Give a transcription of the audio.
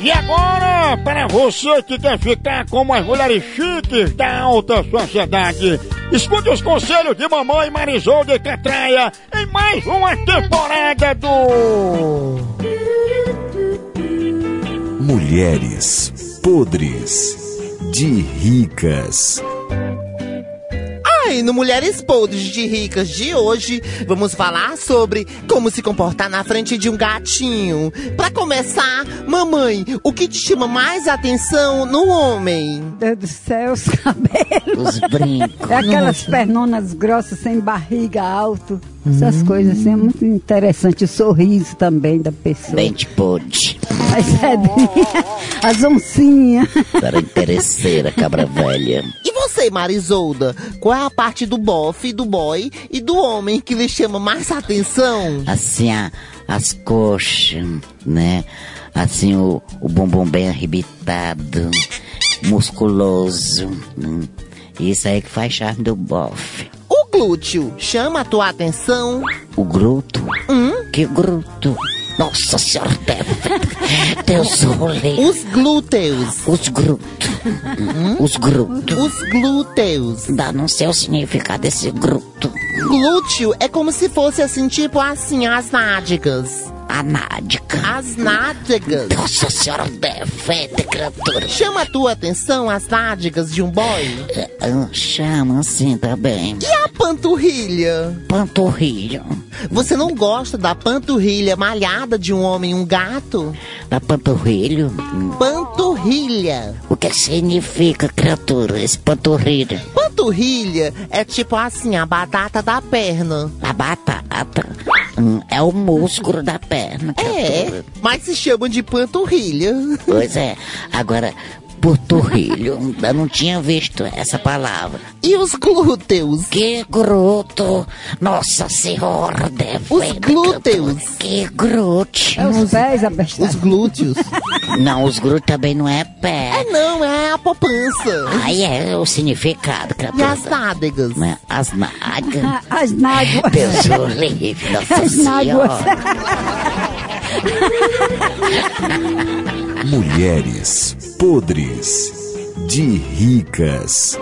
E agora, para você que quer ficar como as mulheres chiques da alta sociedade, escute os conselhos de mamãe Marisol de Catraia em mais uma temporada do... Mulheres podres de ricas. Ai, no Mulheres Podres de Ricas de hoje, vamos falar sobre como se comportar na frente de um gatinho. Pra começar, mamãe, o que te chama mais atenção no homem? Deus do céu, os cabelos. Os brincos. É aquelas pernonas grossas, sem barriga, alto. Essas coisas assim, é muito interessante. O sorriso também da pessoa. Mente podre. As redinhas, as oncinhas. Para interesseira, cabra velha. E você, Marisolda, qual é a parte do bofe, do boy e do homem que lhe chama mais atenção? Assim, a- as coxas, né? Assim, o, o bumbum bem arrebitado, musculoso. hum. Isso aí que faz charme do bofe. O glúteo chama a tua atenção? O gruto? Que gruto? Nossa senhora, Deus, Deus rolê. Os glúteos. Os grutos. Os grutos. Os glúteos. Dá não sei o significado desse gruto. Glúteo é como se fosse assim, tipo assim, as nádegas. Anádica. As nádegas. Nossa senhora, um defende, criatura. Chama a tua atenção as nádegas de um boy? É, ah, Chama assim também. E a panturrilha? Panturrilha. Você não gosta da panturrilha malhada de um homem e um gato? Da panturrilho? Hum. Panturrilha. O que que significa, criatura, esse panturrilho? Panturrilha é tipo assim, a batata da perna. A batata. hum, É o músculo da perna, criatura. É, mas se chamam de panturrilha. Pois é. Agora, panturrilho. Eu não tinha visto essa palavra. E os glúteos? Que gruto! Nossa senhora, defende. Os glúteos. criatura. Que grute! É os pés Os abestados. glúteos? Não, os grutos também não é pé. É não, é a poupança. Aí é o significado, E as criatura. nádegas? Né? As nádegas. As nádegas. Deus o livre, nossa As nádegas. senhora. Mulheres podres de ricas.